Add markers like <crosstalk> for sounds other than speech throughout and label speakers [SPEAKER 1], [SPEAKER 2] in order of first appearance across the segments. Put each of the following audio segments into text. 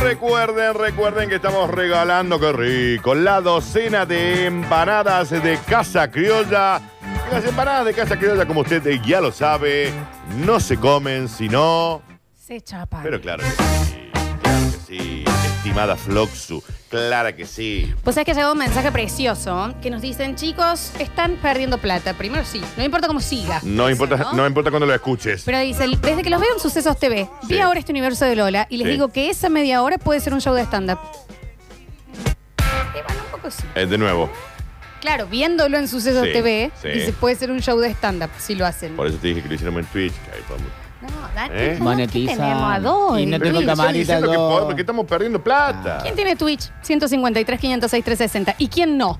[SPEAKER 1] Recuerden, recuerden que estamos regalando, qué rico, la docena de empanadas de Casa Criolla. Las empanadas de Casa Criolla, como usted ya lo sabe, no se comen, sino...
[SPEAKER 2] Se chapa.
[SPEAKER 1] Pero claro que sí, claro que sí. Estimada Floxu, claro que sí.
[SPEAKER 2] Pues sabés que llegó un mensaje precioso que nos dicen, chicos, están perdiendo plata. Primero sí, no importa cómo siga.
[SPEAKER 1] No
[SPEAKER 2] Eso,
[SPEAKER 1] importa, no importa cuando lo escuches.
[SPEAKER 2] Pero dice, desde que los veo en Sucesos TV, vi
[SPEAKER 1] Sí.
[SPEAKER 2] ahora este universo de Lola y les
[SPEAKER 1] Sí.
[SPEAKER 2] digo que esa media hora puede ser un show de stand-up. Y bueno, un poco sí.
[SPEAKER 1] Eh, de nuevo,
[SPEAKER 2] Claro, viéndolo en Sucesos
[SPEAKER 1] Sí,
[SPEAKER 2] TV,
[SPEAKER 1] sí.
[SPEAKER 2] dice, puede ser un show de stand-up si lo hacen.
[SPEAKER 1] por eso te dije que lo hicieron en Twitch. que ahí podemos-
[SPEAKER 2] No, Dani,
[SPEAKER 1] ¿Eh?
[SPEAKER 2] ¿qué
[SPEAKER 3] Monetiza.
[SPEAKER 2] tenemos a dos.
[SPEAKER 3] Y no
[SPEAKER 2] en
[SPEAKER 3] tengo
[SPEAKER 1] Pero
[SPEAKER 2] Twitch?
[SPEAKER 1] están
[SPEAKER 3] camarita, Ah,
[SPEAKER 1] diciendo que
[SPEAKER 3] yo.
[SPEAKER 1] podemos, que estamos perdiendo plata.
[SPEAKER 2] ¿Quién tiene Twitch? 153, 506, 360. ¿Y quién no?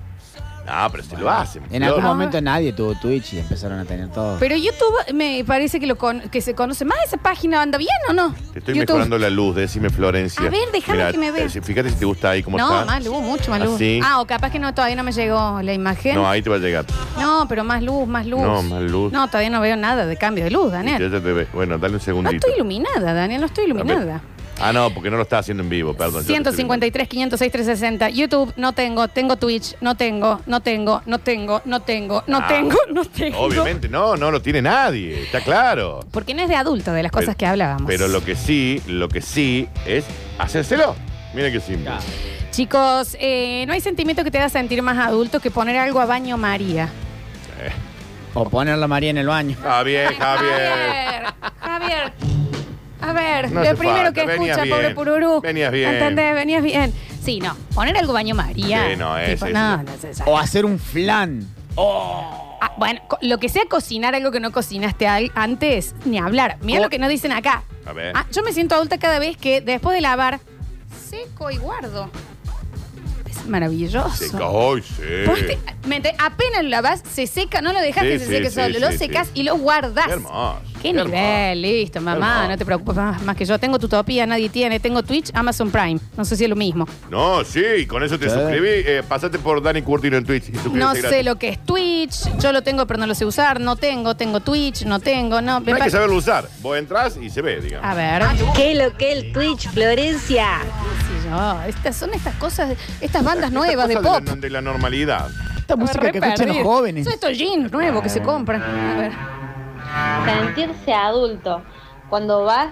[SPEAKER 1] Ah, pero si lo hacen.
[SPEAKER 3] En
[SPEAKER 1] Flor.
[SPEAKER 3] algún momento nadie tuvo Twitch y empezaron a tener todo.
[SPEAKER 2] Pero YouTube me parece que, lo con- que se conoce más. ¿Esa página anda bien o no?
[SPEAKER 1] Te estoy
[SPEAKER 2] YouTube.
[SPEAKER 1] mejorando la luz, decime Florencia.
[SPEAKER 2] A ver, déjame
[SPEAKER 1] Mirá,
[SPEAKER 2] que me vea.
[SPEAKER 1] eh, Fíjate si te gusta ahí cómo
[SPEAKER 2] No,
[SPEAKER 1] está.
[SPEAKER 2] más luz, mucho más luz.
[SPEAKER 1] Así.
[SPEAKER 2] Ah, o capaz que no, todavía no me llegó la imagen.
[SPEAKER 1] No,
[SPEAKER 2] No,
[SPEAKER 1] ahí te va a llegar.
[SPEAKER 2] pero más luz, más luz.
[SPEAKER 1] No, más luz.
[SPEAKER 2] No, todavía no veo nada de cambio de luz,
[SPEAKER 1] Ya
[SPEAKER 2] Daniel.
[SPEAKER 1] te ve. Bueno, dale un
[SPEAKER 2] No
[SPEAKER 1] segundito.
[SPEAKER 2] estoy iluminada, Daniel, no estoy
[SPEAKER 1] A ver.
[SPEAKER 2] iluminada.
[SPEAKER 1] Ah, no, porque no lo está haciendo en vivo, perdón. yo te estoy viendo.
[SPEAKER 2] 153, 506, 360. YouTube, no tengo. Tengo Twitch, no tengo. No tengo, no tengo, no tengo, no
[SPEAKER 1] Ah,
[SPEAKER 2] tengo, no tengo.
[SPEAKER 1] Obviamente, no, no lo tiene nadie, está claro.
[SPEAKER 2] Porque no es de adulto, de las cosas
[SPEAKER 1] Pero-
[SPEAKER 2] que hablábamos.
[SPEAKER 1] Pero lo que sí, lo que sí es hacérselo. Mira qué simple.
[SPEAKER 3] Claro.
[SPEAKER 2] Chicos, eh, no hay sentimiento que te haga sentir más adulto que poner algo a baño María.
[SPEAKER 1] Eh.
[SPEAKER 3] O poner la María en el baño.
[SPEAKER 1] Javier, Javier.
[SPEAKER 2] Javier. A ver,
[SPEAKER 1] No
[SPEAKER 2] lo
[SPEAKER 1] hace
[SPEAKER 2] primero
[SPEAKER 1] falta,
[SPEAKER 2] que
[SPEAKER 1] venías
[SPEAKER 2] escucha,
[SPEAKER 1] bien.
[SPEAKER 2] pobre Pururú.
[SPEAKER 1] Venías bien.
[SPEAKER 2] ¿Entendés? Venías bien. Sí, no. Poner algo baño María.
[SPEAKER 1] Sí, no, es-
[SPEAKER 2] Tipo,
[SPEAKER 1] es-
[SPEAKER 2] no, no sé, ya.
[SPEAKER 3] O hacer un flan.
[SPEAKER 2] Ah, bueno, co- lo que sea cocinar algo que no cocinaste al- antes, ni hablar. Mira
[SPEAKER 3] Co-
[SPEAKER 1] Oh.
[SPEAKER 2] lo que nos dicen acá.
[SPEAKER 1] A ver.
[SPEAKER 2] Ah, yo me siento adulta cada vez que después de lavar, seco y guardo. Es maravilloso.
[SPEAKER 1] Sí, ay, sí.
[SPEAKER 2] Ponte- mente, apenas lo lavas, se seca, no lo dejas que
[SPEAKER 1] Eh, Sí,
[SPEAKER 2] se
[SPEAKER 1] sí,
[SPEAKER 2] seque
[SPEAKER 1] sí,
[SPEAKER 2] solo,
[SPEAKER 1] sí,
[SPEAKER 2] lo
[SPEAKER 1] sí.
[SPEAKER 2] secas y lo guardas.
[SPEAKER 1] Qué hermoso.
[SPEAKER 2] ¿Qué,
[SPEAKER 1] hermoso.
[SPEAKER 2] nivel? Listo, mamá,
[SPEAKER 1] hermoso.
[SPEAKER 2] no te preocupes más, más que yo. Tengo Tutopía, nadie tiene. Tengo Twitch, Amazon Prime. No sé si es lo mismo.
[SPEAKER 1] No, sí, con eso te
[SPEAKER 3] Sí.
[SPEAKER 1] suscribí. Eh, pasate por Dani Curtino en Twitch y suscríbete
[SPEAKER 2] No
[SPEAKER 1] gratis.
[SPEAKER 2] sé lo que es Twitch. Yo lo tengo, pero no lo sé usar. No tengo, tengo Twitch, no tengo, no. me
[SPEAKER 1] No hay
[SPEAKER 2] pa- Ah,
[SPEAKER 1] que saberlo usar. Vos entras y se ve, digamos.
[SPEAKER 2] A ver.
[SPEAKER 4] ¿Qué lo que el Twitch, Florencia?
[SPEAKER 2] Sí, yo. Estas son estas cosas, estas bandas nuevas de
[SPEAKER 1] Esta
[SPEAKER 2] pop.
[SPEAKER 1] cosa De la, de la normalidad.
[SPEAKER 3] Esta música que
[SPEAKER 2] Me re
[SPEAKER 3] escuchan los
[SPEAKER 2] perdí.
[SPEAKER 3] jóvenes.
[SPEAKER 2] Son estos jeans nuevos que
[SPEAKER 1] Ah.
[SPEAKER 2] se compran. A ver.
[SPEAKER 5] sentirse adulto cuando vas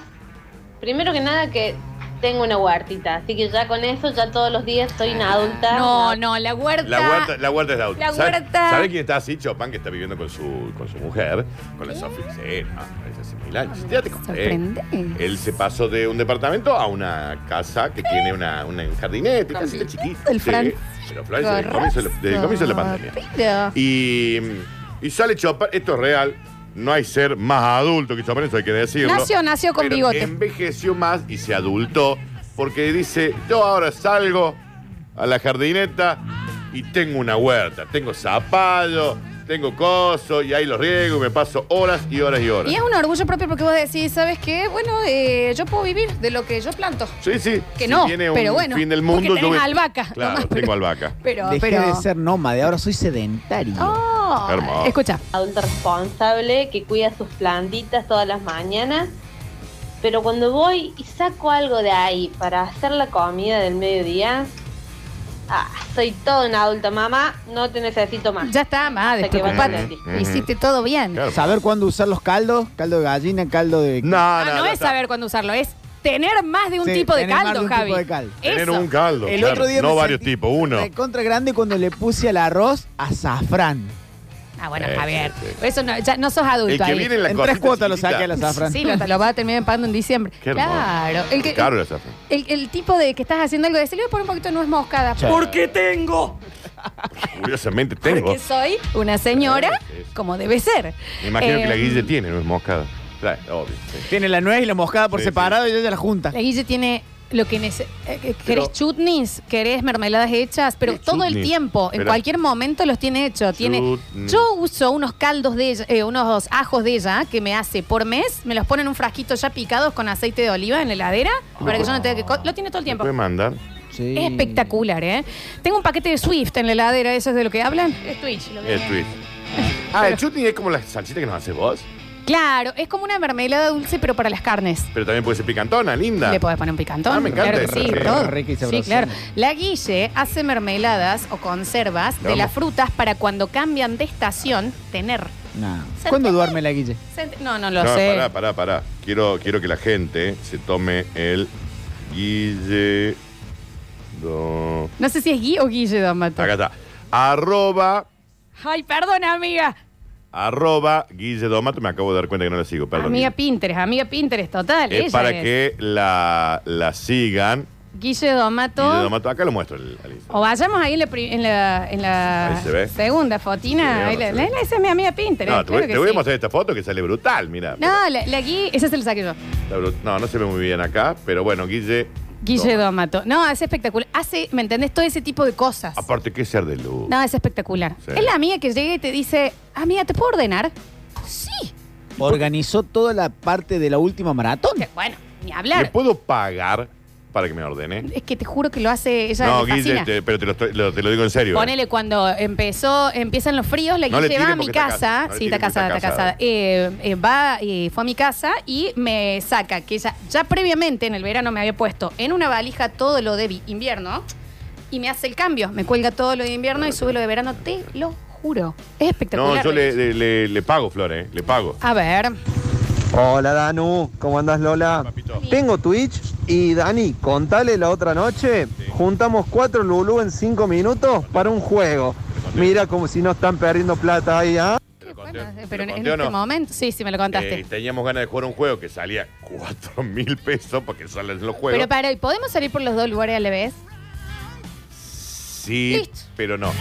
[SPEAKER 5] primero que nada que tengo una huertita así que ya con eso ya todos los días soy una adulta
[SPEAKER 2] No, no, la huerta.
[SPEAKER 1] La huerta, la huerta es de auto.
[SPEAKER 2] La
[SPEAKER 1] ¿Sabe-
[SPEAKER 2] huerta.
[SPEAKER 1] ¿Sabe quién está así? Chopin, que está viviendo con su, con su mujer, con la Sophie. Sí, no, es hace mil años.
[SPEAKER 2] Ah,
[SPEAKER 1] Ya te conté.
[SPEAKER 2] Sorprendés.
[SPEAKER 1] Él se pasó de un departamento a una casa que tiene una, una jardinete, una casita chiquita.
[SPEAKER 2] El
[SPEAKER 1] Sí,
[SPEAKER 2] Fran-
[SPEAKER 1] Pero Fran, desde el comienzo de la- desde el comienzo de la pandemia.
[SPEAKER 2] Ah, Pero-
[SPEAKER 1] Y, y sale Chopin, esto es real, no hay ser más adulto que Chopin, eso hay que decirlo.
[SPEAKER 2] Nació, nació con
[SPEAKER 1] Pero
[SPEAKER 2] bigote.
[SPEAKER 1] Envejeció más y se adultó porque dice, yo ahora salgo a la jardineta y tengo una huerta, tengo zapallo, tengo coso y ahí los riego y me paso horas y horas y horas.
[SPEAKER 2] Y es un orgullo propio porque vos decís, ¿sabes qué? Bueno, eh, yo puedo vivir de lo que yo planto.
[SPEAKER 1] Sí, sí.
[SPEAKER 2] Que
[SPEAKER 1] si
[SPEAKER 2] no,
[SPEAKER 1] viene
[SPEAKER 2] pero
[SPEAKER 1] un
[SPEAKER 2] bueno,
[SPEAKER 1] fin del
[SPEAKER 2] porque
[SPEAKER 1] mundo. yo
[SPEAKER 2] tenés
[SPEAKER 1] voy-
[SPEAKER 2] albahaca,
[SPEAKER 1] Claro,
[SPEAKER 2] nomás, pero-
[SPEAKER 1] tengo
[SPEAKER 3] <laughs>
[SPEAKER 1] albahaca.
[SPEAKER 2] Pero,
[SPEAKER 3] Dejé
[SPEAKER 2] pero.
[SPEAKER 3] de ser nómade, ahora soy sedentario.
[SPEAKER 2] Oh,
[SPEAKER 1] Hermoso.
[SPEAKER 2] escucha,
[SPEAKER 5] adulto responsable que cuida sus plantitas todas las mañanas pero cuando voy y saco algo de ahí para hacer la comida del mediodía ah, soy toda una adulta mamá no te necesito más
[SPEAKER 2] ya está, madre,
[SPEAKER 5] Hasta que
[SPEAKER 2] preocupate.
[SPEAKER 5] vaya
[SPEAKER 1] Leti.
[SPEAKER 2] Hiciste todo bien.
[SPEAKER 1] Claro.
[SPEAKER 3] Saber cuándo usar los caldos, caldo de gallina, caldo de...
[SPEAKER 1] No,
[SPEAKER 2] Ah,
[SPEAKER 1] no,
[SPEAKER 2] no
[SPEAKER 1] ya
[SPEAKER 2] es
[SPEAKER 1] está.
[SPEAKER 2] saber cuándo usarlo, es tener más de un
[SPEAKER 3] Sí,
[SPEAKER 2] tipo de
[SPEAKER 3] tener más
[SPEAKER 2] caldo,
[SPEAKER 3] de un
[SPEAKER 2] Javi.
[SPEAKER 3] tipo de caldo.
[SPEAKER 1] Tener
[SPEAKER 2] Eso.
[SPEAKER 1] un caldo.
[SPEAKER 3] El
[SPEAKER 1] claro,
[SPEAKER 3] otro día
[SPEAKER 1] no
[SPEAKER 3] me
[SPEAKER 1] varios
[SPEAKER 3] sentí
[SPEAKER 1] tipos, uno.
[SPEAKER 3] Contra grande cuando le puse al arroz azafrán.
[SPEAKER 2] Ah, bueno,
[SPEAKER 1] Sí,
[SPEAKER 2] Javier.
[SPEAKER 1] Eh, sí,
[SPEAKER 2] Eso no, ya no sos adulto
[SPEAKER 1] El que
[SPEAKER 2] ahí.
[SPEAKER 1] viene en la
[SPEAKER 3] en
[SPEAKER 1] cosita
[SPEAKER 3] tres cuotas lo
[SPEAKER 1] chiquita.
[SPEAKER 3] saqué al azafrán.
[SPEAKER 2] Sí, lo, lo vas a terminar pagando en diciembre.
[SPEAKER 1] Qué hermoso.
[SPEAKER 2] claro. El, que-
[SPEAKER 1] Caro el azafrán.
[SPEAKER 2] el- el tipo de que estás haciendo algo de ese, le voy a poner un poquito de nuez moscada.
[SPEAKER 3] Sí.
[SPEAKER 2] Porque tengo.
[SPEAKER 1] Curiosamente tengo.
[SPEAKER 2] Porque soy una señora
[SPEAKER 1] Sí, sí.
[SPEAKER 2] como debe ser.
[SPEAKER 1] Me imagino
[SPEAKER 2] Eh,
[SPEAKER 1] que la Guille tiene, no es moscada. Claro, obvio. sí.
[SPEAKER 3] Tiene la nuez y la moscada por
[SPEAKER 1] Sí,
[SPEAKER 3] separado y ella la junta.
[SPEAKER 2] La Guille tiene lo que nece- eh, eh,
[SPEAKER 1] Pero-
[SPEAKER 2] querés chutneys, querés mermeladas hechas, pero
[SPEAKER 1] Sí,
[SPEAKER 2] todo el
[SPEAKER 1] chutneys.
[SPEAKER 2] tiempo, en
[SPEAKER 1] Pero-
[SPEAKER 2] cualquier momento los tiene hecho. Tiene,
[SPEAKER 1] Chutneys.
[SPEAKER 2] yo uso unos caldos de ella, eh, unos ajos de ella que me hace por mes, me los pone en un frasquito ya picados con aceite de oliva en la heladera para que yo no tenga que... co- Lo tiene todo el tiempo.
[SPEAKER 1] ¿Puede mandar?
[SPEAKER 3] Sí.
[SPEAKER 2] Es espectacular, ¿eh? Tengo un paquete de Swift en la heladera,
[SPEAKER 1] Eh.
[SPEAKER 2] ¿eso es de lo que hablan? Es Twitch. Lo que-
[SPEAKER 1] El tweet. Ah, el chutney es como la salsita que nos hace vos.
[SPEAKER 2] Claro, es como una mermelada dulce, pero para las carnes.
[SPEAKER 1] Pero también puede ser picantona, linda.
[SPEAKER 2] Le podés poner un picantón.
[SPEAKER 1] Ah, me encanta
[SPEAKER 2] Claro que
[SPEAKER 1] eso,
[SPEAKER 2] sí,
[SPEAKER 1] sí.
[SPEAKER 2] todo.
[SPEAKER 3] Rica y
[SPEAKER 2] sí,
[SPEAKER 3] sabrosona.
[SPEAKER 2] claro. La Guille hace mermeladas o conservas de
[SPEAKER 1] Vamos.
[SPEAKER 2] las frutas para cuando cambian de estación tener.
[SPEAKER 3] No. ¿Cuándo duerme la Guille?
[SPEAKER 2] Sent- No, no lo
[SPEAKER 1] no,
[SPEAKER 2] sé.
[SPEAKER 1] pará, pará, pará. Quiero, quiero que la gente se tome el Guille. do-
[SPEAKER 2] No sé si es Gui o Guille Don Mato.
[SPEAKER 1] Acá está. Arroba,
[SPEAKER 2] Ay, perdón, amiga.
[SPEAKER 1] arroba Guille Domato. Me acabo de dar cuenta que no la sigo, perdón.
[SPEAKER 2] amiga
[SPEAKER 1] Guille.
[SPEAKER 2] Pinterest, amiga Pinterest, total.
[SPEAKER 1] Es
[SPEAKER 2] ella
[SPEAKER 1] para
[SPEAKER 2] es.
[SPEAKER 1] que la, la sigan.
[SPEAKER 2] Guille Domato.
[SPEAKER 1] Guille Domato. Acá lo muestro el, al Instagram.
[SPEAKER 2] O vayamos ahí en la, pri- en la, en la
[SPEAKER 1] Ahí se ve.
[SPEAKER 2] segunda
[SPEAKER 1] Sí,
[SPEAKER 2] fotina. Ahí
[SPEAKER 1] no
[SPEAKER 2] la-
[SPEAKER 1] se ve.
[SPEAKER 2] la- esa es mi amiga Pinterest.
[SPEAKER 1] No, te, voy-
[SPEAKER 2] claro que
[SPEAKER 1] te voy a
[SPEAKER 2] sí.
[SPEAKER 1] mostrar esta foto que sale brutal, mira.
[SPEAKER 2] No, la, la Gui, esa se la saqué yo.
[SPEAKER 1] No, no se ve muy bien acá, pero bueno, Guille.
[SPEAKER 2] Guille
[SPEAKER 1] Domato.
[SPEAKER 2] Domato. No, es espectacular. Hace, ¿me entendés? Todo ese tipo de cosas.
[SPEAKER 1] Aparte, ¿qué ser de luz?
[SPEAKER 2] No, es espectacular.
[SPEAKER 1] Sí.
[SPEAKER 2] Es la amiga que llega y te dice, amiga, ¿te puedo ordenar? Sí.
[SPEAKER 3] Organizó toda la parte de la última maratón.
[SPEAKER 2] Que, Bueno, ni
[SPEAKER 1] ¿Le
[SPEAKER 2] hablar.
[SPEAKER 1] puedo pagar para que me ordene?
[SPEAKER 2] Es que te juro que lo hace ella.
[SPEAKER 1] No,
[SPEAKER 2] le fascina.
[SPEAKER 1] Guille, te- pero te lo, estoy- lo- te lo digo en serio. ¿eh?
[SPEAKER 2] Ponele cuando empezó, empiezan los fríos, la
[SPEAKER 1] No le
[SPEAKER 2] Guille va a
[SPEAKER 1] tiren
[SPEAKER 2] mi
[SPEAKER 1] porque está
[SPEAKER 2] casa.
[SPEAKER 1] casada. No le
[SPEAKER 2] sí, está
[SPEAKER 1] tiren porque
[SPEAKER 2] casada,
[SPEAKER 1] está
[SPEAKER 2] está casada.
[SPEAKER 1] casada.
[SPEAKER 2] Eh, eh, va, eh, fue a mi casa y me saca, que ella ya previamente en el verano me había puesto en una valija todo lo de vi- invierno y me hace el cambio. Me cuelga todo lo de invierno y sube lo de verano. Te lo juro. Es espectacular.
[SPEAKER 1] No, yo
[SPEAKER 2] la
[SPEAKER 1] le,
[SPEAKER 2] Guille.
[SPEAKER 1] le- le- le pago, Flores, le pago.
[SPEAKER 2] A ver.
[SPEAKER 6] Hola Danu, ¿cómo andas Lola?
[SPEAKER 1] Papito.
[SPEAKER 6] Tengo Twitch y Dani, contale la otra noche, juntamos cuatro Lulu en cinco minutos para un juego. Mira como si no están perdiendo plata ahí, ¿ah?
[SPEAKER 1] ¿Te lo conté?
[SPEAKER 2] Bueno,
[SPEAKER 1] ¿Te lo
[SPEAKER 2] pero en, en
[SPEAKER 1] conté o
[SPEAKER 2] este
[SPEAKER 1] no?
[SPEAKER 2] momento, sí, sí, me lo contaste.
[SPEAKER 1] Eh, teníamos ganas de jugar un juego que salía <laughs> 4 mil pesos porque salen los juegos.
[SPEAKER 2] pero para, ¿y podemos salir por los dos lugares a la vez?
[SPEAKER 1] sí,
[SPEAKER 2] Listo.
[SPEAKER 1] pero no.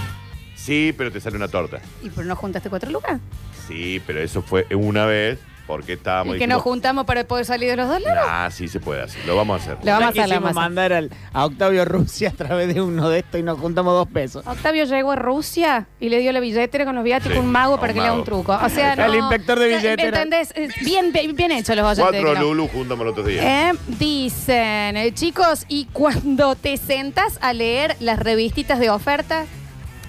[SPEAKER 1] Sí, pero te sale una torta.
[SPEAKER 2] ¿Y por no juntaste cuatro lucas?
[SPEAKER 1] Sí, pero eso fue una vez porque estábamos...
[SPEAKER 2] ¿Y que nos
[SPEAKER 1] dijimos,
[SPEAKER 2] juntamos para poder salir de los dos lados?
[SPEAKER 1] Ah, sí se puede hacer, lo vamos a hacer.
[SPEAKER 2] Lo vamos a
[SPEAKER 3] Le
[SPEAKER 2] hacer, la
[SPEAKER 3] quisimos
[SPEAKER 2] vamos a hacer.
[SPEAKER 3] mandar al- a Octavio Rusia a través de uno de estos y nos juntamos dos pesos.
[SPEAKER 2] Octavio llegó a Rusia y le dio la billetera con los viáticos
[SPEAKER 1] Sí,
[SPEAKER 2] a un mago
[SPEAKER 1] a
[SPEAKER 2] para
[SPEAKER 1] un
[SPEAKER 2] que le haga un
[SPEAKER 1] mago.
[SPEAKER 2] truco. O
[SPEAKER 1] <laughs> Ahí
[SPEAKER 2] sea,
[SPEAKER 1] está.
[SPEAKER 2] no-
[SPEAKER 3] El inspector de
[SPEAKER 2] ¿me
[SPEAKER 3] billetera.
[SPEAKER 2] ¿Entendés? Eh, Bien, bien, bien hecho los oyentes.
[SPEAKER 1] Cuatro
[SPEAKER 2] creo.
[SPEAKER 1] Lulu juntamos los otros días.
[SPEAKER 2] Eh, dicen, eh, chicos, y cuando te sentas a leer las revistitas de oferta,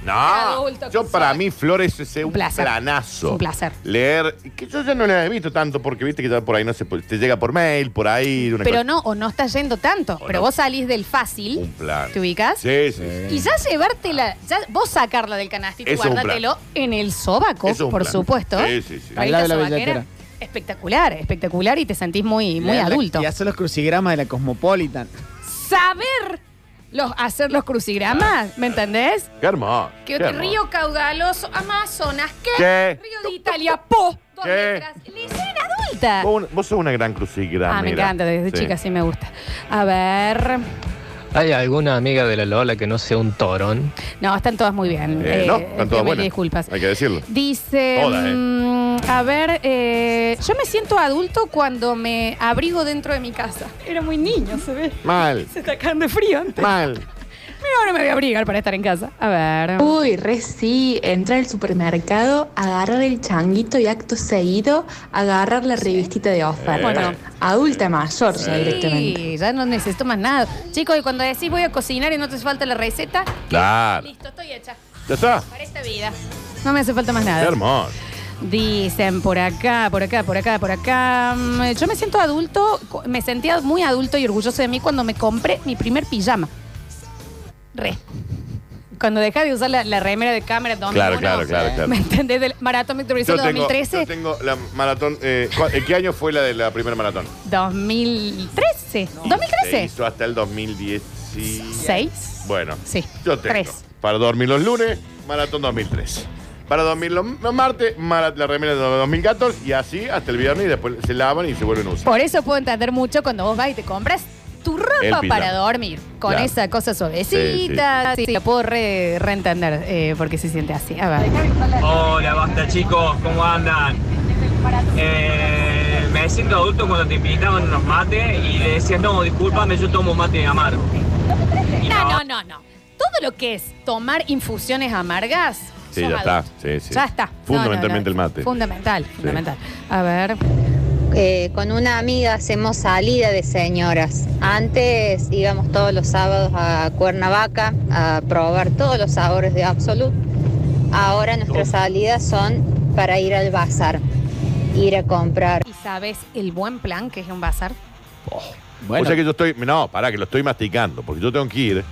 [SPEAKER 1] No,
[SPEAKER 2] Adulto que
[SPEAKER 1] yo para
[SPEAKER 2] soy.
[SPEAKER 1] mí Flores es un,
[SPEAKER 2] Un placer.
[SPEAKER 1] planazo.
[SPEAKER 2] Un placer.
[SPEAKER 1] Leer, que yo ya no la he visto tanto porque viste que ya por ahí no se puede- te llega por mail, por ahí, una
[SPEAKER 2] pero
[SPEAKER 1] cosa-
[SPEAKER 2] no, o no estás yendo tanto, pero
[SPEAKER 1] no.
[SPEAKER 2] vos salís del fácil,
[SPEAKER 1] un plan.
[SPEAKER 2] ¿te ubicas? Eh,
[SPEAKER 1] Sí, sí, sí.
[SPEAKER 2] Y ya llevártela, ya vos sacarla del canastito y
[SPEAKER 1] Ah. Eso es un plan.
[SPEAKER 2] guardártelo en el sobaco,
[SPEAKER 1] Eso es un
[SPEAKER 2] por
[SPEAKER 1] plan.
[SPEAKER 2] supuesto.
[SPEAKER 1] Sí, sí, sí.
[SPEAKER 3] Al lado de la
[SPEAKER 2] Revista
[SPEAKER 3] billetera.
[SPEAKER 2] sobaquera, Espectacular, espectacular y te sentís muy, muy
[SPEAKER 3] Leer la-
[SPEAKER 2] adulto.
[SPEAKER 3] Y hacer los crucigramas de la Cosmopolitan.
[SPEAKER 2] saber los, hacer los crucigramas, ¿me entendés?
[SPEAKER 1] Qué hermoso.
[SPEAKER 2] Que
[SPEAKER 1] qué
[SPEAKER 2] otro
[SPEAKER 1] hermoso.
[SPEAKER 2] río caudaloso, Amazonas, ¿qué?
[SPEAKER 1] ¿Qué?
[SPEAKER 2] Río de Italia, Po, dos
[SPEAKER 1] ¿Qué?
[SPEAKER 2] letras. Licera adulta.
[SPEAKER 1] Vos, un- vos sos una gran crucigrama.
[SPEAKER 2] Ah, me encanta, desde chica sí me gusta. A ver.
[SPEAKER 7] ¿Hay alguna amiga de la Lola que no sea un torón?
[SPEAKER 2] No, están todas muy bien.
[SPEAKER 1] Eh, no,
[SPEAKER 2] eh,
[SPEAKER 1] están todas
[SPEAKER 2] mil
[SPEAKER 1] buenas.
[SPEAKER 2] Disculpas.
[SPEAKER 1] Hay que decirlo.
[SPEAKER 2] Dice.
[SPEAKER 1] Todas, eh.
[SPEAKER 2] mm, a ver, eh, yo me siento adulto cuando me abrigo dentro de mi casa. Era muy niño, se ve.
[SPEAKER 1] Mal,
[SPEAKER 2] Se está cagando de frío antes.
[SPEAKER 1] mal.
[SPEAKER 2] Mira, ahora me voy a abrigar para estar en casa. A ver.
[SPEAKER 8] Uy, re sí, entra al supermercado, agarrar el changuito y acto seguido, agarrar la revistita de oferta.
[SPEAKER 1] Bueno.
[SPEAKER 8] adulta mayor ya directamente.
[SPEAKER 2] Sí, ya no necesito más nada. Chicos, y cuando decís voy a cocinar y no te hace falta la receta,
[SPEAKER 1] Claro.
[SPEAKER 2] listo, estoy hecha
[SPEAKER 1] Ya está.
[SPEAKER 2] para esta vida. No me hace falta más
[SPEAKER 1] Qué
[SPEAKER 2] nada.
[SPEAKER 1] hermoso.
[SPEAKER 2] Dicen por acá, por acá, por acá, por acá. Mm, Yo me siento adulto, cu- me sentía muy adulto y orgulloso de mí cuando me compré mi primer pijama. Re. Cuando dejé de usar la, la remera de cámara 2001.
[SPEAKER 1] Claro, claro, claro, claro.
[SPEAKER 2] ¿Me entendés? Del Maratón Victoria
[SPEAKER 1] Yo
[SPEAKER 2] Solo
[SPEAKER 1] tengo,
[SPEAKER 2] 2013.
[SPEAKER 1] yo tengo la maratón. Eh, ¿cuál- eh, ¿Qué año fue la de la primera maratón?
[SPEAKER 2] 2013.
[SPEAKER 1] Se
[SPEAKER 2] ¿2013?
[SPEAKER 1] hizo hasta el 2016.
[SPEAKER 2] ¿Seis?
[SPEAKER 1] Bueno,
[SPEAKER 2] Sí.
[SPEAKER 1] yo tengo.
[SPEAKER 2] Tres.
[SPEAKER 1] Para dormir los lunes, maratón 2003. Para dormir los los martes, mara- la remera de 2014. Y así hasta el viernes y después se lavan y se vuelven a usar.
[SPEAKER 2] Por eso puedo entender mucho cuando vos vas y te compras tu ropa
[SPEAKER 1] pijama.
[SPEAKER 2] para dormir. Con
[SPEAKER 1] Claro.
[SPEAKER 2] esa cosa suavecita. Sí, la puedo re- reentender eh, porque se siente así. A ver.
[SPEAKER 9] Hola, basta chicos, ¿cómo andan? Eh, me siento adulto cuando te invitaban unos mates y le decías, no, discúlpame, yo tomo mate amargo. Y
[SPEAKER 2] No,
[SPEAKER 9] no.
[SPEAKER 2] no, no, no. Todo lo que es tomar infusiones amargas.
[SPEAKER 1] Sí,
[SPEAKER 2] sos
[SPEAKER 1] ya está.
[SPEAKER 2] adulto.
[SPEAKER 1] Sí, sí.
[SPEAKER 2] Ya está. No,
[SPEAKER 1] Fundamentalmente
[SPEAKER 2] no, no.
[SPEAKER 1] el mate.
[SPEAKER 2] Fundamental, fundamental. A ver.
[SPEAKER 4] Eh, con una amiga hacemos salida de señoras. Antes íbamos todos los sábados a Cuernavaca a probar todos los sabores de Absolut. Ahora nuestras salidas son para ir al bazar. ir a comprar.
[SPEAKER 2] ¿Y sabes el buen plan que es un bazar?
[SPEAKER 3] Bueno.
[SPEAKER 1] O sea que yo estoy. No, pará, que lo estoy masticando, porque yo tengo que ir.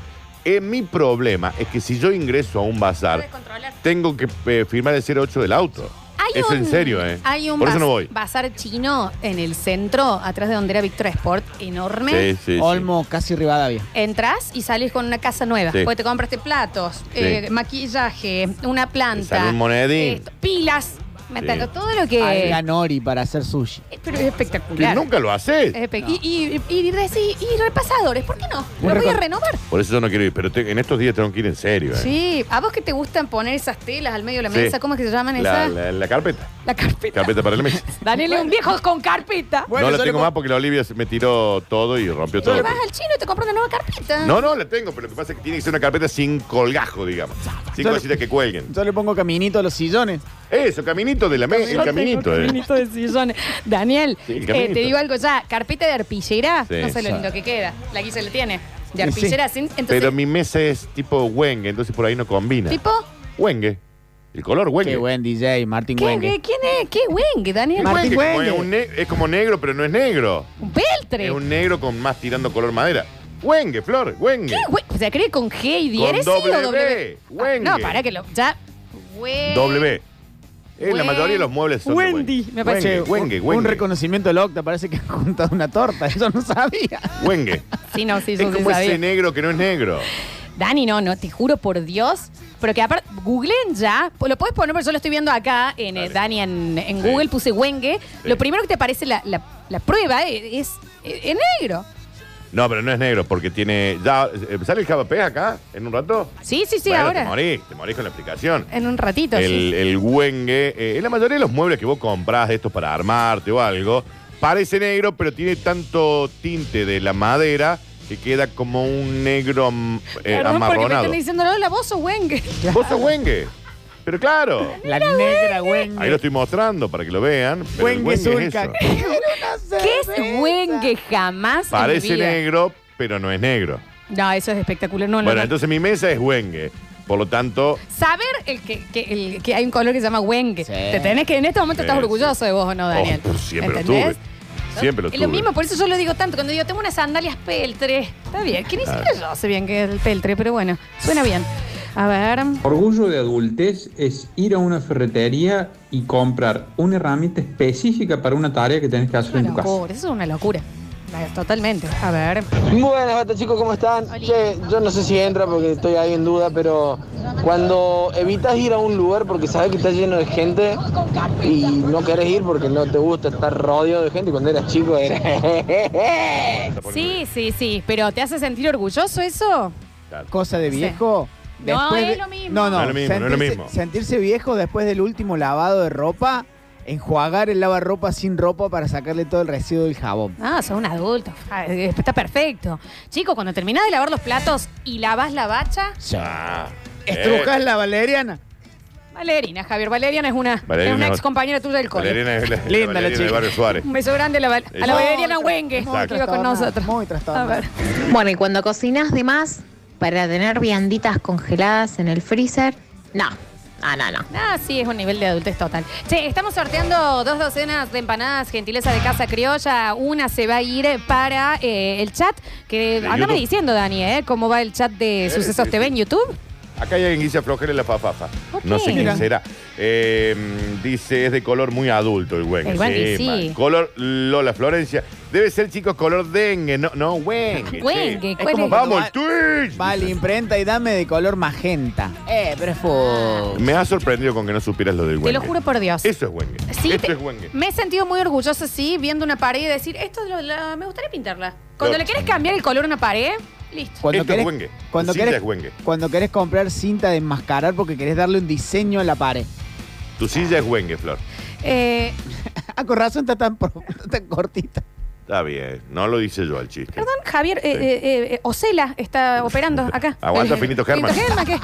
[SPEAKER 1] Eh, mi problema es que si yo ingreso a un bazar,
[SPEAKER 2] Puedes controlar.
[SPEAKER 1] tengo que eh, firmar el 08 del auto.
[SPEAKER 2] Hay
[SPEAKER 1] es
[SPEAKER 2] un-
[SPEAKER 1] en serio, ¿eh?
[SPEAKER 2] Hay un
[SPEAKER 1] Por eso
[SPEAKER 2] baz-
[SPEAKER 1] no voy.
[SPEAKER 2] bazar chino en el centro, atrás de donde era Victoria Sport, enorme.
[SPEAKER 1] Sí, sí, sí.
[SPEAKER 3] Olmo, casi Rivadavia.
[SPEAKER 2] Entras y salís con una casa nueva.
[SPEAKER 1] Sí.
[SPEAKER 2] Porque te compraste platos, eh, maquillaje, una
[SPEAKER 1] Te
[SPEAKER 2] planta.
[SPEAKER 1] sale un monedín.
[SPEAKER 2] esto, pilas. ¿me
[SPEAKER 1] Sí.
[SPEAKER 2] entendés? Todo lo que.
[SPEAKER 3] Alga nori para hacer sushi.
[SPEAKER 2] Eh, Pero es
[SPEAKER 1] Que
[SPEAKER 2] espectacular.
[SPEAKER 1] nunca lo haces.
[SPEAKER 2] Es espe- y, y, y, y reci- y repasadores, ¿por qué no?
[SPEAKER 3] Un
[SPEAKER 2] Lo voy a
[SPEAKER 3] recor-
[SPEAKER 2] renovar.
[SPEAKER 1] Por eso yo no quiero ir, pero te- en estos días tengo que ir en serio, ¿eh?
[SPEAKER 2] Sí, a vos que te gustan poner esas telas al medio de la
[SPEAKER 1] Sí.
[SPEAKER 2] mesa, ¿cómo es que se llaman
[SPEAKER 1] La,
[SPEAKER 2] esas? La,
[SPEAKER 1] la- la carpeta.
[SPEAKER 2] carpeta.
[SPEAKER 1] Carpeta para la
[SPEAKER 2] <laughs>
[SPEAKER 1] mesa.
[SPEAKER 2] Daniel es un viejo con carpeta.
[SPEAKER 3] Bueno,
[SPEAKER 1] no la
[SPEAKER 3] yo le
[SPEAKER 1] tengo
[SPEAKER 3] com-
[SPEAKER 1] más porque la Olivia se- me tiró todo y rompió
[SPEAKER 2] Te
[SPEAKER 1] todo.
[SPEAKER 2] vas al chino y te compras una nueva carpeta.
[SPEAKER 1] No, no, la tengo, pero lo que pasa es que tiene que ser una carpeta sin colgajo, digamos. Sin
[SPEAKER 3] Yo-
[SPEAKER 1] cositas que cuelguen.
[SPEAKER 3] Yo le pongo caminito a los sillones.
[SPEAKER 1] Eso, caminito de la mesa. El caminito,
[SPEAKER 2] El
[SPEAKER 1] ¿eh?
[SPEAKER 2] caminito
[SPEAKER 1] <laughs>
[SPEAKER 2] de sillón. Daniel,
[SPEAKER 1] Sí, el
[SPEAKER 2] eh,
[SPEAKER 1] caminito.
[SPEAKER 2] te digo algo ya. Carpeta de arpillera,
[SPEAKER 1] Sí.
[SPEAKER 2] no sé lo
[SPEAKER 3] Sí.
[SPEAKER 2] lindo que queda. La guisa la tiene. De
[SPEAKER 3] Sí, sí.
[SPEAKER 2] arpillera, sin- entonces,
[SPEAKER 1] Pero mi mesa es tipo Wenge, entonces por ahí no combina.
[SPEAKER 2] tipo,
[SPEAKER 1] Wenge. El color Wenge.
[SPEAKER 3] Qué buen DJ, Martín
[SPEAKER 2] ¿qué,
[SPEAKER 3] Wenge.
[SPEAKER 2] ¿quién es? ¿Qué wengue, Daniel?
[SPEAKER 1] El Wenge,
[SPEAKER 3] Martín
[SPEAKER 1] como
[SPEAKER 3] Wenge.
[SPEAKER 1] Es, un ne- es como negro, pero no es negro.
[SPEAKER 2] Un peltre.
[SPEAKER 1] Es un negro con más tirando color madera. Wenge, Flor, Wenge.
[SPEAKER 2] ¿Qué we- ¿Se escribe con G y
[SPEAKER 1] Con
[SPEAKER 2] diéresis
[SPEAKER 1] doble
[SPEAKER 2] o W?
[SPEAKER 1] B, Wengue.
[SPEAKER 2] no, para que lo. Ya. We-
[SPEAKER 1] W. Eh, la
[SPEAKER 2] Wen-
[SPEAKER 1] mayoría de los muebles son de
[SPEAKER 2] Wendy,
[SPEAKER 1] Wenge.
[SPEAKER 2] me parece.
[SPEAKER 1] Wenge, Wenge,
[SPEAKER 3] Un
[SPEAKER 1] Wenge.
[SPEAKER 3] reconocimiento del Octa, parece que han juntado una torta, eso no sabía.
[SPEAKER 2] <laughs>
[SPEAKER 1] Wenge.
[SPEAKER 2] Sí, no, sí,
[SPEAKER 1] Es
[SPEAKER 2] yo sí
[SPEAKER 1] como
[SPEAKER 2] sabía.
[SPEAKER 1] ese negro que no es negro.
[SPEAKER 2] Dani, no, no, te juro por Dios. Pero que aparte, googleen ya. Pues Lo puedes poner, porque yo lo estoy viendo acá en eh,
[SPEAKER 1] Dale.
[SPEAKER 2] Dani en, en
[SPEAKER 1] Sí.
[SPEAKER 2] Google, puse Wengue.
[SPEAKER 1] Sí.
[SPEAKER 2] Lo primero que te aparece la, la- la prueba e, es, es- es negro.
[SPEAKER 1] No, pero no es negro porque tiene. Ya, eh, ¿Sale el javapé acá en un rato?
[SPEAKER 2] Sí, sí, sí,
[SPEAKER 1] Bueno,
[SPEAKER 2] ahora.
[SPEAKER 1] Te morís, te morís con la explicación.
[SPEAKER 2] En un ratito,
[SPEAKER 1] El,
[SPEAKER 2] sí.
[SPEAKER 1] el Wenge, eh, la mayoría de los muebles que vos comprás de estos para armarte o algo, parece negro, pero tiene tanto tinte de la madera que queda como un negro mm, eh,
[SPEAKER 2] Perdón, porque me
[SPEAKER 1] amarronado.
[SPEAKER 2] están diciendo, no, la voz o Wengue.
[SPEAKER 1] Vos sos Wenge. Pero claro,
[SPEAKER 3] La negra
[SPEAKER 1] ahí lo
[SPEAKER 3] Wenge.
[SPEAKER 1] estoy mostrando para que lo vean. pero el
[SPEAKER 3] Wenge
[SPEAKER 1] Wenge es
[SPEAKER 3] Zulca.
[SPEAKER 1] eso.
[SPEAKER 2] <laughs> ¿Qué es Wengue jamás? en mi
[SPEAKER 1] Parece
[SPEAKER 2] vida.
[SPEAKER 1] negro, pero no es negro.
[SPEAKER 2] No, eso es espectacular. No, no,
[SPEAKER 1] Bueno,
[SPEAKER 2] no.
[SPEAKER 1] entonces mi mesa es Wenge. Por lo tanto,
[SPEAKER 2] Saber el que, que- el que hay un color que se llama Wengue.
[SPEAKER 3] Sí.
[SPEAKER 2] Te tenés que, en este momento estás
[SPEAKER 1] Sí,
[SPEAKER 2] orgulloso de vos, ¿o no,
[SPEAKER 1] oh,
[SPEAKER 2] Daniel?
[SPEAKER 1] <laughs> siempre lo
[SPEAKER 2] ¿Entendés?
[SPEAKER 1] tuve. Siempre lo
[SPEAKER 2] Es
[SPEAKER 1] tuve.
[SPEAKER 2] lo mismo, por eso yo lo digo tanto. Cuando digo, tengo unas sandalias peltre. Está bien, que ni
[SPEAKER 1] Claro.
[SPEAKER 2] siquiera yo sé bien qué es el peltre, pero bueno, suena bien. A ver.
[SPEAKER 10] Orgullo de adultez es ir a una ferretería y comprar una herramienta específica para una tarea que tenés que hacer en
[SPEAKER 2] Una
[SPEAKER 10] tu casa.
[SPEAKER 2] locura, eso es una locura. Totalmente. A ver.
[SPEAKER 6] Buenas, basta chicos, ¿cómo están?
[SPEAKER 2] Hola.
[SPEAKER 6] Che, yo no sé si entra porque estoy ahí en duda, pero cuando evitas ir a un lugar porque sabes que está lleno de gente y no querés ir porque no te gusta estar rodeado de gente, cuando eras chico era... <laughs>
[SPEAKER 2] Sí, sí, sí. Pero ¿te hace sentir orgulloso eso?
[SPEAKER 3] Cosa de
[SPEAKER 2] Sí.
[SPEAKER 3] viejo.
[SPEAKER 2] No,
[SPEAKER 3] después
[SPEAKER 2] es
[SPEAKER 3] de-
[SPEAKER 2] lo mismo.
[SPEAKER 3] No, no,
[SPEAKER 1] No es Ah, lo mismo, no es lo
[SPEAKER 3] sentirse-
[SPEAKER 1] mismo.
[SPEAKER 3] Sentirse viejo después del último lavado de ropa, enjuagar el lavarropa sin ropa para sacarle todo el residuo del jabón.
[SPEAKER 2] Ah, sos un adulto. Ah, eh, Está perfecto. Chicos, cuando terminás de lavar los platos y lavas la bacha,
[SPEAKER 1] Ah,
[SPEAKER 3] ¿Estrujas la valeriana?
[SPEAKER 2] Valerina, Javier. Valeriana es una,
[SPEAKER 1] Valeriana
[SPEAKER 2] es una
[SPEAKER 1] es-
[SPEAKER 2] ex compañera tuya del cole.
[SPEAKER 1] Valeriana es la- la
[SPEAKER 3] Linda la
[SPEAKER 1] Valeriana de
[SPEAKER 3] chica.
[SPEAKER 1] Barrio Suárez.
[SPEAKER 2] Un beso grande a la, Val- a la
[SPEAKER 1] Exacto.
[SPEAKER 2] Valeriana Wengue,
[SPEAKER 1] Exacto.
[SPEAKER 2] que iba con nosotros.
[SPEAKER 3] Muy
[SPEAKER 2] A
[SPEAKER 3] trastornada.
[SPEAKER 2] ver.
[SPEAKER 4] Bueno, y cuando cocinas de más, para tener vianditas congeladas en el freezer, no, no, no, no.
[SPEAKER 2] Ah, sí, es un nivel de adultez total. Che, estamos sorteando dos docenas de empanadas gentileza de Casa Criolla. Una se va a ir para eh, el chat. Que
[SPEAKER 1] De
[SPEAKER 2] andame
[SPEAKER 1] YouTube.
[SPEAKER 2] diciendo, Dani, ¿eh? ¿Cómo va el chat de
[SPEAKER 1] Eh,
[SPEAKER 2] Sucesos
[SPEAKER 1] sí,
[SPEAKER 2] TV
[SPEAKER 1] sí.
[SPEAKER 2] en YouTube?
[SPEAKER 1] Acá hay alguien que dice aflojar la fafafa.
[SPEAKER 2] ¿Por
[SPEAKER 1] No sé
[SPEAKER 2] qué?
[SPEAKER 1] quién
[SPEAKER 2] Mira.
[SPEAKER 1] será. Eh, dice, es de color muy adulto el Wengue.
[SPEAKER 2] El Wengue, sí.
[SPEAKER 1] mal. Color Lola Florencia. Debe ser, chicos, color dengue. No, no Wengue.
[SPEAKER 2] Wengue,
[SPEAKER 1] che.
[SPEAKER 2] ¿cuál
[SPEAKER 3] como
[SPEAKER 2] es?
[SPEAKER 3] va-
[SPEAKER 1] ¡Vamos, el Twitch!
[SPEAKER 3] Vale, imprenta y dame de color magenta. Eh, pero es fo-
[SPEAKER 1] Me ha sorprendido con que no supieras lo del Wengue.
[SPEAKER 2] Te lo juro por Dios.
[SPEAKER 1] Eso es Wengue.
[SPEAKER 2] Sí,
[SPEAKER 1] Esto
[SPEAKER 2] te-
[SPEAKER 1] es Wengue.
[SPEAKER 2] me he sentido muy orgullosa, sí, viendo una pared y decir, esto lo- la- me gustaría pintarla. Cuando
[SPEAKER 1] Claro.
[SPEAKER 2] le quieres cambiar el color a una pared, listo.
[SPEAKER 3] Cuando
[SPEAKER 1] Esto es
[SPEAKER 3] querés-
[SPEAKER 1] Wengue.
[SPEAKER 3] Cuando
[SPEAKER 1] Cinta
[SPEAKER 3] querés,
[SPEAKER 1] es Wengue.
[SPEAKER 3] cuando querés comprar cinta de enmascarar porque querés darle un diseño a la pared.
[SPEAKER 1] Tu silla es Wengue, Flor.
[SPEAKER 2] Eh,
[SPEAKER 3] Ah, con razón está tan, pro- <laughs> tan cortita.
[SPEAKER 1] Está bien. No lo dice yo al chiste.
[SPEAKER 2] Perdón, Javier, eh,
[SPEAKER 1] Sí.
[SPEAKER 2] eh, eh, Ocela está operando acá.
[SPEAKER 1] Aguanta,
[SPEAKER 2] Eh,
[SPEAKER 1] Finito Germán.
[SPEAKER 2] Finito Germán, que,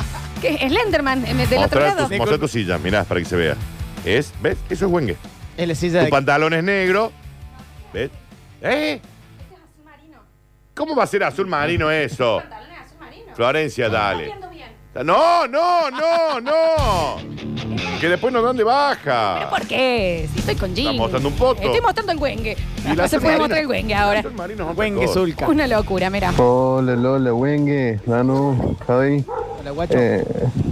[SPEAKER 2] que es Lenderman eh, del otro
[SPEAKER 1] Mostrar
[SPEAKER 2] lado.
[SPEAKER 1] tu, mostrar tu silla, mirá, para que se vea. ¿Es? ¿Ves? Eso es Wengue.
[SPEAKER 3] Es la silla
[SPEAKER 1] Tu
[SPEAKER 3] de...
[SPEAKER 1] pantalón es negro. ¿Ves? ¿Eh? ¿Cómo va a ser azul marino eso? Florencia, dale. No, no, no, no. porque después nos dan de baja.
[SPEAKER 2] ¿Pero por qué? Si estoy con Jim.
[SPEAKER 1] Está Ah. mostrando un poto.
[SPEAKER 2] Estoy mostrando el güengue.
[SPEAKER 1] Y la
[SPEAKER 2] No se puede
[SPEAKER 1] submarina-
[SPEAKER 2] mostrar el güengue ahora.
[SPEAKER 3] Wengue Zulka.
[SPEAKER 2] Una locura, mira.
[SPEAKER 11] Hola Lola, Wengue, Danu, Javi.
[SPEAKER 3] Hola, guacho.
[SPEAKER 11] Eh,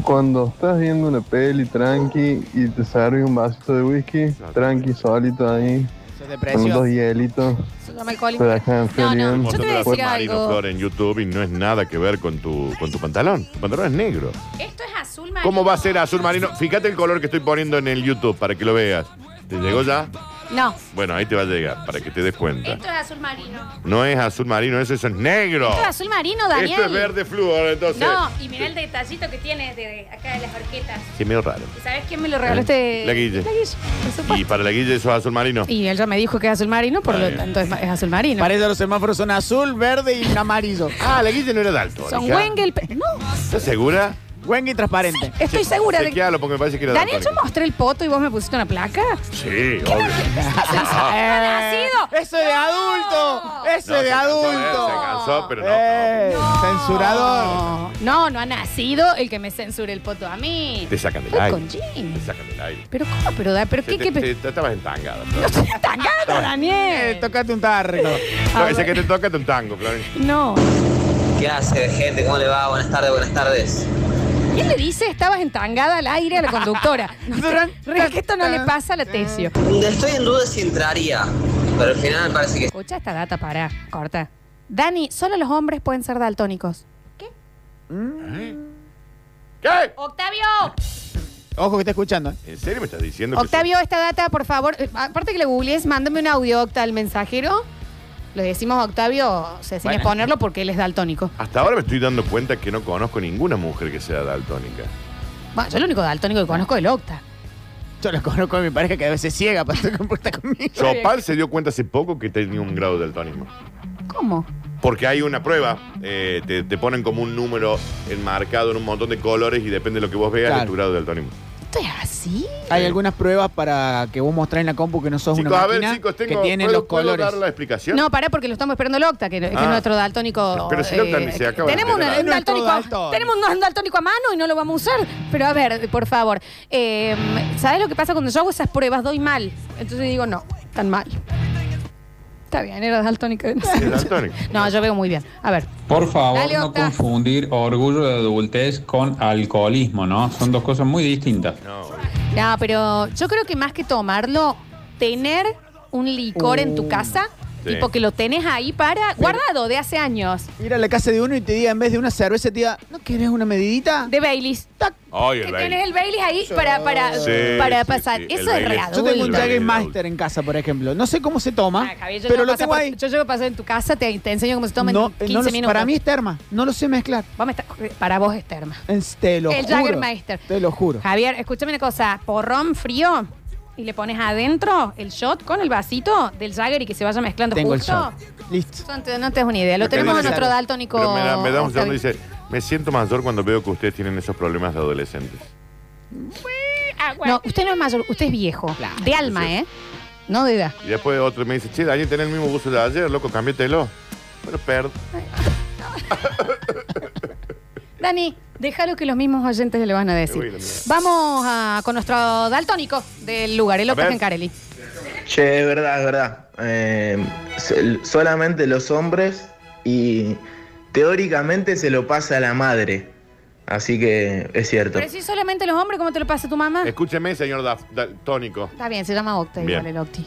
[SPEAKER 11] cuando estás viendo una peli tranqui y te sirve un vasito de whisky, tranqui, solito ahí,
[SPEAKER 3] Eso es
[SPEAKER 11] con dos
[SPEAKER 3] depresión.
[SPEAKER 11] hielitos,
[SPEAKER 2] Se llama alcoholismo.
[SPEAKER 11] te dejan
[SPEAKER 2] No, no,
[SPEAKER 11] feliz.
[SPEAKER 2] yo te voy a
[SPEAKER 1] Mostrando
[SPEAKER 2] decir
[SPEAKER 1] la submarina,
[SPEAKER 2] algo.
[SPEAKER 1] Flor, en YouTube y no es nada que ver con tu, con tu pantalón. Tu pantalón es negro.
[SPEAKER 2] Esto es azul marino.
[SPEAKER 1] ¿Cómo va a ser azul marino? Fíjate el color que estoy poniendo en el YouTube para que lo veas. ¿Te llegó ya?
[SPEAKER 2] No,
[SPEAKER 1] Bueno, ahí te va a llegar para que te des cuenta.
[SPEAKER 2] esto es azul marino.
[SPEAKER 1] No es azul marino, eso, eso es negro.
[SPEAKER 2] Esto es azul marino, Daniel.
[SPEAKER 1] Esto es verde flúor, entonces.
[SPEAKER 2] No, y mira el detallito que tiene de acá de las orquetas.
[SPEAKER 1] Sí, medio raro.
[SPEAKER 2] ¿Y sabes quién me lo regaló este?
[SPEAKER 1] La Guille.
[SPEAKER 2] La Guille, por
[SPEAKER 1] Y
[SPEAKER 2] supuesto.
[SPEAKER 1] para la guilla eso es azul marino.
[SPEAKER 2] Y él ya me dijo que es azul marino, por
[SPEAKER 1] Está
[SPEAKER 2] lo
[SPEAKER 1] bien.
[SPEAKER 2] tanto es, ma- es azul marino.
[SPEAKER 3] Para ella los semáforos son azul, verde y un amarillo.
[SPEAKER 1] Ah, la guilla no era de alto.
[SPEAKER 2] Son Wengel. No,
[SPEAKER 1] ¿Estás segura?
[SPEAKER 3] Wengue y transparente.
[SPEAKER 2] estoy segura de que.
[SPEAKER 1] Chequealo porque me parece que era de
[SPEAKER 2] Daniel, yo
[SPEAKER 1] alto.
[SPEAKER 2] mostré el poto y vos me pusiste una placa.
[SPEAKER 1] Sí, obvio.
[SPEAKER 3] Eh,
[SPEAKER 2] nacido?
[SPEAKER 3] ¡Eso es de adulto! ¡Eso
[SPEAKER 1] Ah. No,
[SPEAKER 3] es
[SPEAKER 1] se cansó,
[SPEAKER 3] de
[SPEAKER 1] eh,
[SPEAKER 3] adulto!
[SPEAKER 1] Se cansó, pero no, no.
[SPEAKER 3] Eh, ¡Censurador!
[SPEAKER 2] No, no, no ha nacido el que me censure el poto a mí.
[SPEAKER 1] Te sacan del
[SPEAKER 2] Estoy
[SPEAKER 1] aire.
[SPEAKER 2] con jean.
[SPEAKER 1] Te sacan del aire.
[SPEAKER 2] Pero cómo, pero da, pero
[SPEAKER 1] Se
[SPEAKER 2] qué,
[SPEAKER 1] te-
[SPEAKER 2] qué.
[SPEAKER 1] te- te- Estabas entangada.
[SPEAKER 2] No
[SPEAKER 1] Flor.
[SPEAKER 2] estoy <laughs> tangada,
[SPEAKER 3] Eh,
[SPEAKER 2] Daniel.
[SPEAKER 3] tocate un tarro.
[SPEAKER 1] No,
[SPEAKER 2] A
[SPEAKER 1] ese
[SPEAKER 2] ver.
[SPEAKER 1] que te toca es un tango, Florencia.
[SPEAKER 2] No.
[SPEAKER 9] ¿Qué hace, gente? ¿Cómo le va? Buenas tardes, buenas tardes.
[SPEAKER 2] ¿Quién le dice estabas entangada al aire a
[SPEAKER 1] <laughs>
[SPEAKER 2] la conductora? Re- que esto no le pasa a la tesio.
[SPEAKER 1] Eh.
[SPEAKER 9] Estoy en duda si entraría, pero al final me parece que
[SPEAKER 2] Escucha esta data, para, corta. Dani, solo los hombres pueden ser daltónicos.
[SPEAKER 1] ¿Qué?
[SPEAKER 2] Octavio.
[SPEAKER 3] Ojo que está escuchando. eh.
[SPEAKER 1] ¿En serio me estás diciendo que
[SPEAKER 2] Octavio, esta data, por favor, eh, aparte que le googlees, mándame un audio, Octa, al mensajero. Lo decimos a Octavio, o sea, sin
[SPEAKER 3] Bueno.
[SPEAKER 2] exponerlo porque él es daltónico.
[SPEAKER 1] Hasta ahora me estoy dando cuenta que no conozco ninguna mujer que sea daltónica.
[SPEAKER 2] Bueno, yo el único daltónico que conozco es el Octa.
[SPEAKER 3] Yo lo conozco a mi pareja que a veces ciega para <laughs> estar compuesta conmigo.
[SPEAKER 1] Chopal se dio cuenta hace poco que tenía un grado de daltonismo.
[SPEAKER 2] ¿Cómo?
[SPEAKER 1] Porque hay una prueba, eh, te, te ponen como un número enmarcado en un montón de colores y depende de lo que vos veas
[SPEAKER 3] Claro.
[SPEAKER 1] es tu grado de daltonismo.
[SPEAKER 2] ¿Esto es así?
[SPEAKER 3] Hay algunas pruebas para que vos mostrás en la compu que no sos
[SPEAKER 1] Chicos,
[SPEAKER 3] una
[SPEAKER 1] a
[SPEAKER 3] máquina
[SPEAKER 1] ver, chicos, tengo,
[SPEAKER 3] que tienen
[SPEAKER 1] ¿puedo,
[SPEAKER 3] los
[SPEAKER 1] puedo
[SPEAKER 3] colores.
[SPEAKER 1] dar la explicación?
[SPEAKER 2] No, pará, porque lo estamos esperando el Octa, que, que es
[SPEAKER 1] Ah.
[SPEAKER 2] nuestro daltónico. eh,
[SPEAKER 1] Pero si el Octa ni se acaba de
[SPEAKER 2] tenemos, un,
[SPEAKER 1] enterar.
[SPEAKER 2] un
[SPEAKER 3] Es nuestro
[SPEAKER 2] daltónico,
[SPEAKER 3] daltónico.
[SPEAKER 2] tenemos un daltónico a mano y no lo vamos a usar. Pero a ver, por favor, eh, ¿sabes lo que pasa cuando yo hago esas pruebas? Doy mal. Entonces digo, no, tan mal. Está bien, era
[SPEAKER 1] <laughs>
[SPEAKER 2] daltónico.
[SPEAKER 1] Es daltónico.
[SPEAKER 2] No, yo veo muy bien. A ver.
[SPEAKER 10] Por favor,
[SPEAKER 2] Dale,
[SPEAKER 10] no
[SPEAKER 2] Octa.
[SPEAKER 10] confundir orgullo de adultez con alcoholismo, ¿no? Son dos cosas muy distintas.
[SPEAKER 1] No,
[SPEAKER 2] No, pero yo creo que más que tomarlo, tener un licor en tu casa,
[SPEAKER 1] Uh, Sí.
[SPEAKER 2] tipo que lo tenés ahí para, guardado de hace años,
[SPEAKER 3] Ir a la casa de uno y te diga, en vez de una cerveza, te diga, ¿no querés una medidita?
[SPEAKER 2] de Baileys. Tac.
[SPEAKER 1] Ay,
[SPEAKER 2] Que
[SPEAKER 1] el
[SPEAKER 2] tenés
[SPEAKER 1] Bailey.
[SPEAKER 2] el Baileys ahí para, para,
[SPEAKER 1] Sí,
[SPEAKER 2] para
[SPEAKER 1] sí,
[SPEAKER 2] pasar.
[SPEAKER 1] sí, el
[SPEAKER 2] Eso es
[SPEAKER 1] Baileys.
[SPEAKER 2] real.
[SPEAKER 3] Yo tengo un
[SPEAKER 1] Uy,
[SPEAKER 3] Jagger
[SPEAKER 1] el
[SPEAKER 3] Master en casa, por ejemplo. No sé cómo se toma,
[SPEAKER 2] Ah, Javier, yo
[SPEAKER 3] pero
[SPEAKER 2] no
[SPEAKER 3] lo
[SPEAKER 2] pasé
[SPEAKER 3] tengo
[SPEAKER 2] por-
[SPEAKER 3] ahí.
[SPEAKER 2] Yo llego a pasar en tu casa, te, te enseño cómo se toma
[SPEAKER 3] No, eh,
[SPEAKER 2] en 15
[SPEAKER 3] no lo-
[SPEAKER 2] minutos.
[SPEAKER 3] Para mí es terma. No lo sé mezclar.
[SPEAKER 2] Vamos a estar- eh, para vos es terma.
[SPEAKER 3] Es- Te lo
[SPEAKER 2] El
[SPEAKER 3] juro.
[SPEAKER 2] Jägermeister.
[SPEAKER 3] Te lo juro.
[SPEAKER 2] Javier, escúchame una cosa. Porrón frío y le pones adentro el shot con el vasito del Jagger y que se vaya mezclando
[SPEAKER 3] Tengo el
[SPEAKER 2] justo.
[SPEAKER 3] shot. Listo.
[SPEAKER 2] Son- te- No te das una idea. Lo
[SPEAKER 1] Acá
[SPEAKER 2] tenemos a
[SPEAKER 1] dice-
[SPEAKER 2] nuestro daltónico.
[SPEAKER 1] Pero me da, me da un
[SPEAKER 2] Octavio.
[SPEAKER 1] segundo y dice, me siento mayor cuando veo que ustedes tienen esos problemas de adolescentes.
[SPEAKER 2] No, usted no es mayor, usted es viejo. De alma,
[SPEAKER 1] Sí.
[SPEAKER 2] ¿eh? No de edad.
[SPEAKER 1] Y después otro me dice, che, Daniel, tenés el mismo buzo de ayer, loco, cámbiatelo. Bueno, perdón.
[SPEAKER 2] Dani, déjalo que los mismos oyentes le van a
[SPEAKER 1] Me voy,
[SPEAKER 2] decir.
[SPEAKER 1] la mía.
[SPEAKER 2] Vamos a- con nuestro daltónico del lugar, el
[SPEAKER 1] A
[SPEAKER 2] Octa
[SPEAKER 1] ver.
[SPEAKER 2] Gencarelli.
[SPEAKER 12] Che, es verdad, es verdad. Eh, se- solamente los hombres y teóricamente se lo pasa a la madre. Así que es cierto.
[SPEAKER 2] Pero si solamente los hombres, ¿cómo te lo pasa tu mamá?
[SPEAKER 1] Escúcheme, señor Daf- Daltónico.
[SPEAKER 2] Está bien, se llama Octa
[SPEAKER 1] Bien.
[SPEAKER 2] igual el Octi.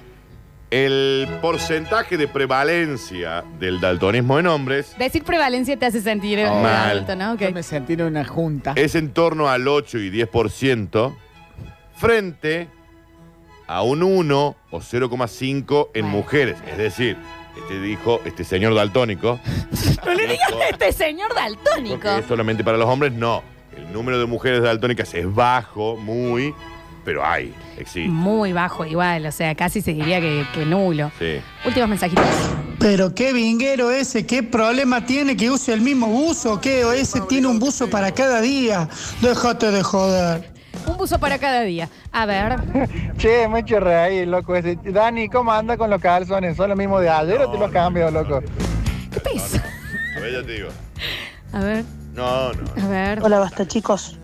[SPEAKER 1] El porcentaje de prevalencia del daltonismo en hombres
[SPEAKER 2] Decir prevalencia te hace sentir eh,
[SPEAKER 1] Oh. Mal.
[SPEAKER 2] alto, ¿no? Ok.
[SPEAKER 3] Yo me sentí en una junta.
[SPEAKER 1] es en torno al 8 y 10% frente a un 1 o 0,5 en
[SPEAKER 2] Bueno.
[SPEAKER 1] mujeres. Es decir, este dijo, este señor daltónico,
[SPEAKER 2] <laughs> No le digas a este señor daltónico.
[SPEAKER 1] porque es solamente para los hombres, no. El número de mujeres daltónicas es bajo, muy, pero hay, existe.
[SPEAKER 2] Muy bajo igual, o sea, casi se diría que, que nulo.
[SPEAKER 1] Sí.
[SPEAKER 2] Últimos mensajitos.
[SPEAKER 13] Pero qué vinguero ese, qué problema tiene que use el mismo buzo, qué o ese tiene un buzo para cada día. Déjate de joder.
[SPEAKER 2] Un buzo para cada día. A ver.
[SPEAKER 13] Che, me echo reír, loco ese. Dani, ¿cómo anda con los calzones? ¿Son los mismos de ayer o te los cambio, loco?
[SPEAKER 2] ¿Qué pesa?
[SPEAKER 1] A ver, ya te digo.
[SPEAKER 2] A ver,
[SPEAKER 1] No, no.
[SPEAKER 2] a ver.
[SPEAKER 14] Hola, basta chicos.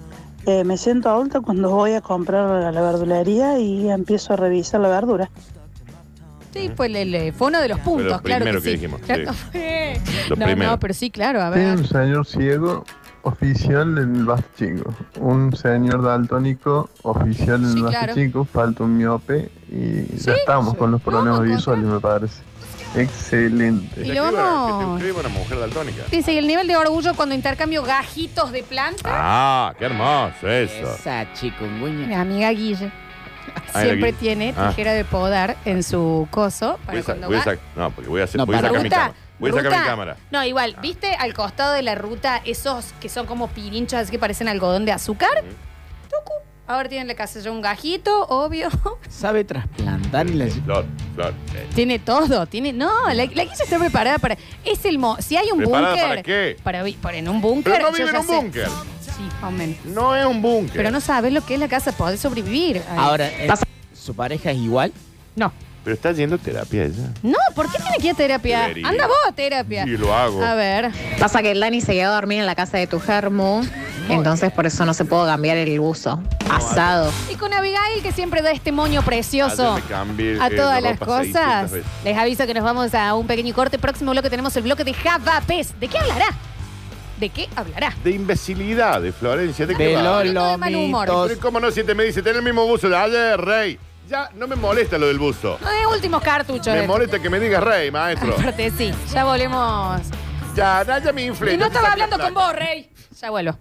[SPEAKER 4] Eh, me siento adulta cuando voy a comprar a la verdulería y empiezo a revisar la verdura.
[SPEAKER 2] Sí, pues el- el- fue uno de los puntos,
[SPEAKER 1] lo
[SPEAKER 2] claro.
[SPEAKER 1] primero
[SPEAKER 2] que
[SPEAKER 1] que
[SPEAKER 2] sí.
[SPEAKER 1] dijimos,
[SPEAKER 2] Claro,
[SPEAKER 1] sí.
[SPEAKER 2] no fue-
[SPEAKER 1] Lo
[SPEAKER 2] no,
[SPEAKER 1] primero.
[SPEAKER 2] no, pero sí, claro, a
[SPEAKER 6] Sí,
[SPEAKER 2] ver.
[SPEAKER 6] un señor ciego oficial del Bajo Chico. Un señor daltónico oficial del
[SPEAKER 2] Sí,
[SPEAKER 6] Bajo
[SPEAKER 2] claro.
[SPEAKER 6] Chico. Falta un miope y ya estamos con los problemas visuales, me parece. Excelente.
[SPEAKER 2] Y lo vamos.
[SPEAKER 1] Escribe una mujer daltónica.
[SPEAKER 2] Dice, y el nivel de orgullo cuando intercambio gajitos de planta.
[SPEAKER 1] Ah, qué hermoso eso.
[SPEAKER 3] Esa
[SPEAKER 2] Mi
[SPEAKER 3] chikunguña.
[SPEAKER 2] amiga Guille
[SPEAKER 1] Ah,
[SPEAKER 2] siempre
[SPEAKER 1] era Guille.
[SPEAKER 2] tiene
[SPEAKER 1] Ah.
[SPEAKER 2] tijera de podar en su coso
[SPEAKER 1] Voy
[SPEAKER 2] para
[SPEAKER 1] a sa-
[SPEAKER 2] cuando
[SPEAKER 1] voy a
[SPEAKER 2] va.
[SPEAKER 1] sa- no, porque voy a, hacer,
[SPEAKER 3] No,
[SPEAKER 1] voy a
[SPEAKER 3] para.
[SPEAKER 1] sacar mi
[SPEAKER 2] Ruta,
[SPEAKER 1] cámara. Voy a sacar mi
[SPEAKER 2] ruta.
[SPEAKER 1] cámara.
[SPEAKER 2] No, igual, ¿viste al costado de la ruta esos que son como pirinchas que parecen algodón de azúcar? Tucu. Ahora tiene en la casa ya un gajito, obvio.
[SPEAKER 15] Sabe trasplantar y la...
[SPEAKER 1] Flor, Flor. eh.
[SPEAKER 2] <laughs> tiene todo, tiene. No, la, la Guille está preparada para. Es el mo. Si hay un
[SPEAKER 1] ¿Preparada
[SPEAKER 2] búnker.
[SPEAKER 1] para qué?
[SPEAKER 2] Para, vi- para- en un búnker.
[SPEAKER 1] Pero no
[SPEAKER 2] yo
[SPEAKER 1] vive en
[SPEAKER 2] ya
[SPEAKER 1] un
[SPEAKER 2] sé.
[SPEAKER 1] búnker.
[SPEAKER 2] Sí, más o menos.
[SPEAKER 1] No es un búnker.
[SPEAKER 2] Pero no sabes lo que es la casa, podés sobrevivir. Ay.
[SPEAKER 3] Ahora, eh, ¿su pareja es igual?
[SPEAKER 2] No.
[SPEAKER 1] Pero está yendo a terapia ella.
[SPEAKER 2] No, ¿por qué tiene que ir a terapia?
[SPEAKER 1] Debería.
[SPEAKER 2] Anda vos a terapia.
[SPEAKER 1] Y lo hago.
[SPEAKER 2] A ver.
[SPEAKER 8] Pasa que el Dani se quedó a dormir en la casa de tu germo, entonces por eso no se pudo cambiar el buzo. Asado.
[SPEAKER 2] Y con Abigail, que siempre da este moño precioso
[SPEAKER 1] Ayer me cambié,
[SPEAKER 2] a
[SPEAKER 1] eh,
[SPEAKER 2] todas
[SPEAKER 1] la
[SPEAKER 2] las
[SPEAKER 1] ropa 600
[SPEAKER 2] cosas,
[SPEAKER 1] veces.
[SPEAKER 2] les aviso que nos vamos a un pequeño corte. Próximo bloque tenemos el bloque de Javapes. ¿De qué hablará? ¿De qué hablará?
[SPEAKER 1] De imbecilidad de Florencia. ¿De, qué
[SPEAKER 15] De
[SPEAKER 1] va?
[SPEAKER 15] Lolo,
[SPEAKER 2] Todo de mal humor. mitos.
[SPEAKER 1] Pero ¿Cómo no? Si te me dice, tenés el mismo buzo de ayer, rey. Ya no me molesta lo del buzo.
[SPEAKER 2] No de últimos cartuchos.
[SPEAKER 1] Me
[SPEAKER 2] de-
[SPEAKER 1] molesta que me digas rey,
[SPEAKER 2] <laughs>
[SPEAKER 1] maestro.
[SPEAKER 2] Aparte, sí. Ya volvemos.
[SPEAKER 1] Ya, ya me inflé.
[SPEAKER 2] Y no
[SPEAKER 1] Ya me
[SPEAKER 2] estaba
[SPEAKER 1] saca
[SPEAKER 2] hablando
[SPEAKER 1] plata.
[SPEAKER 2] con vos, Rey. Ya vuelvo.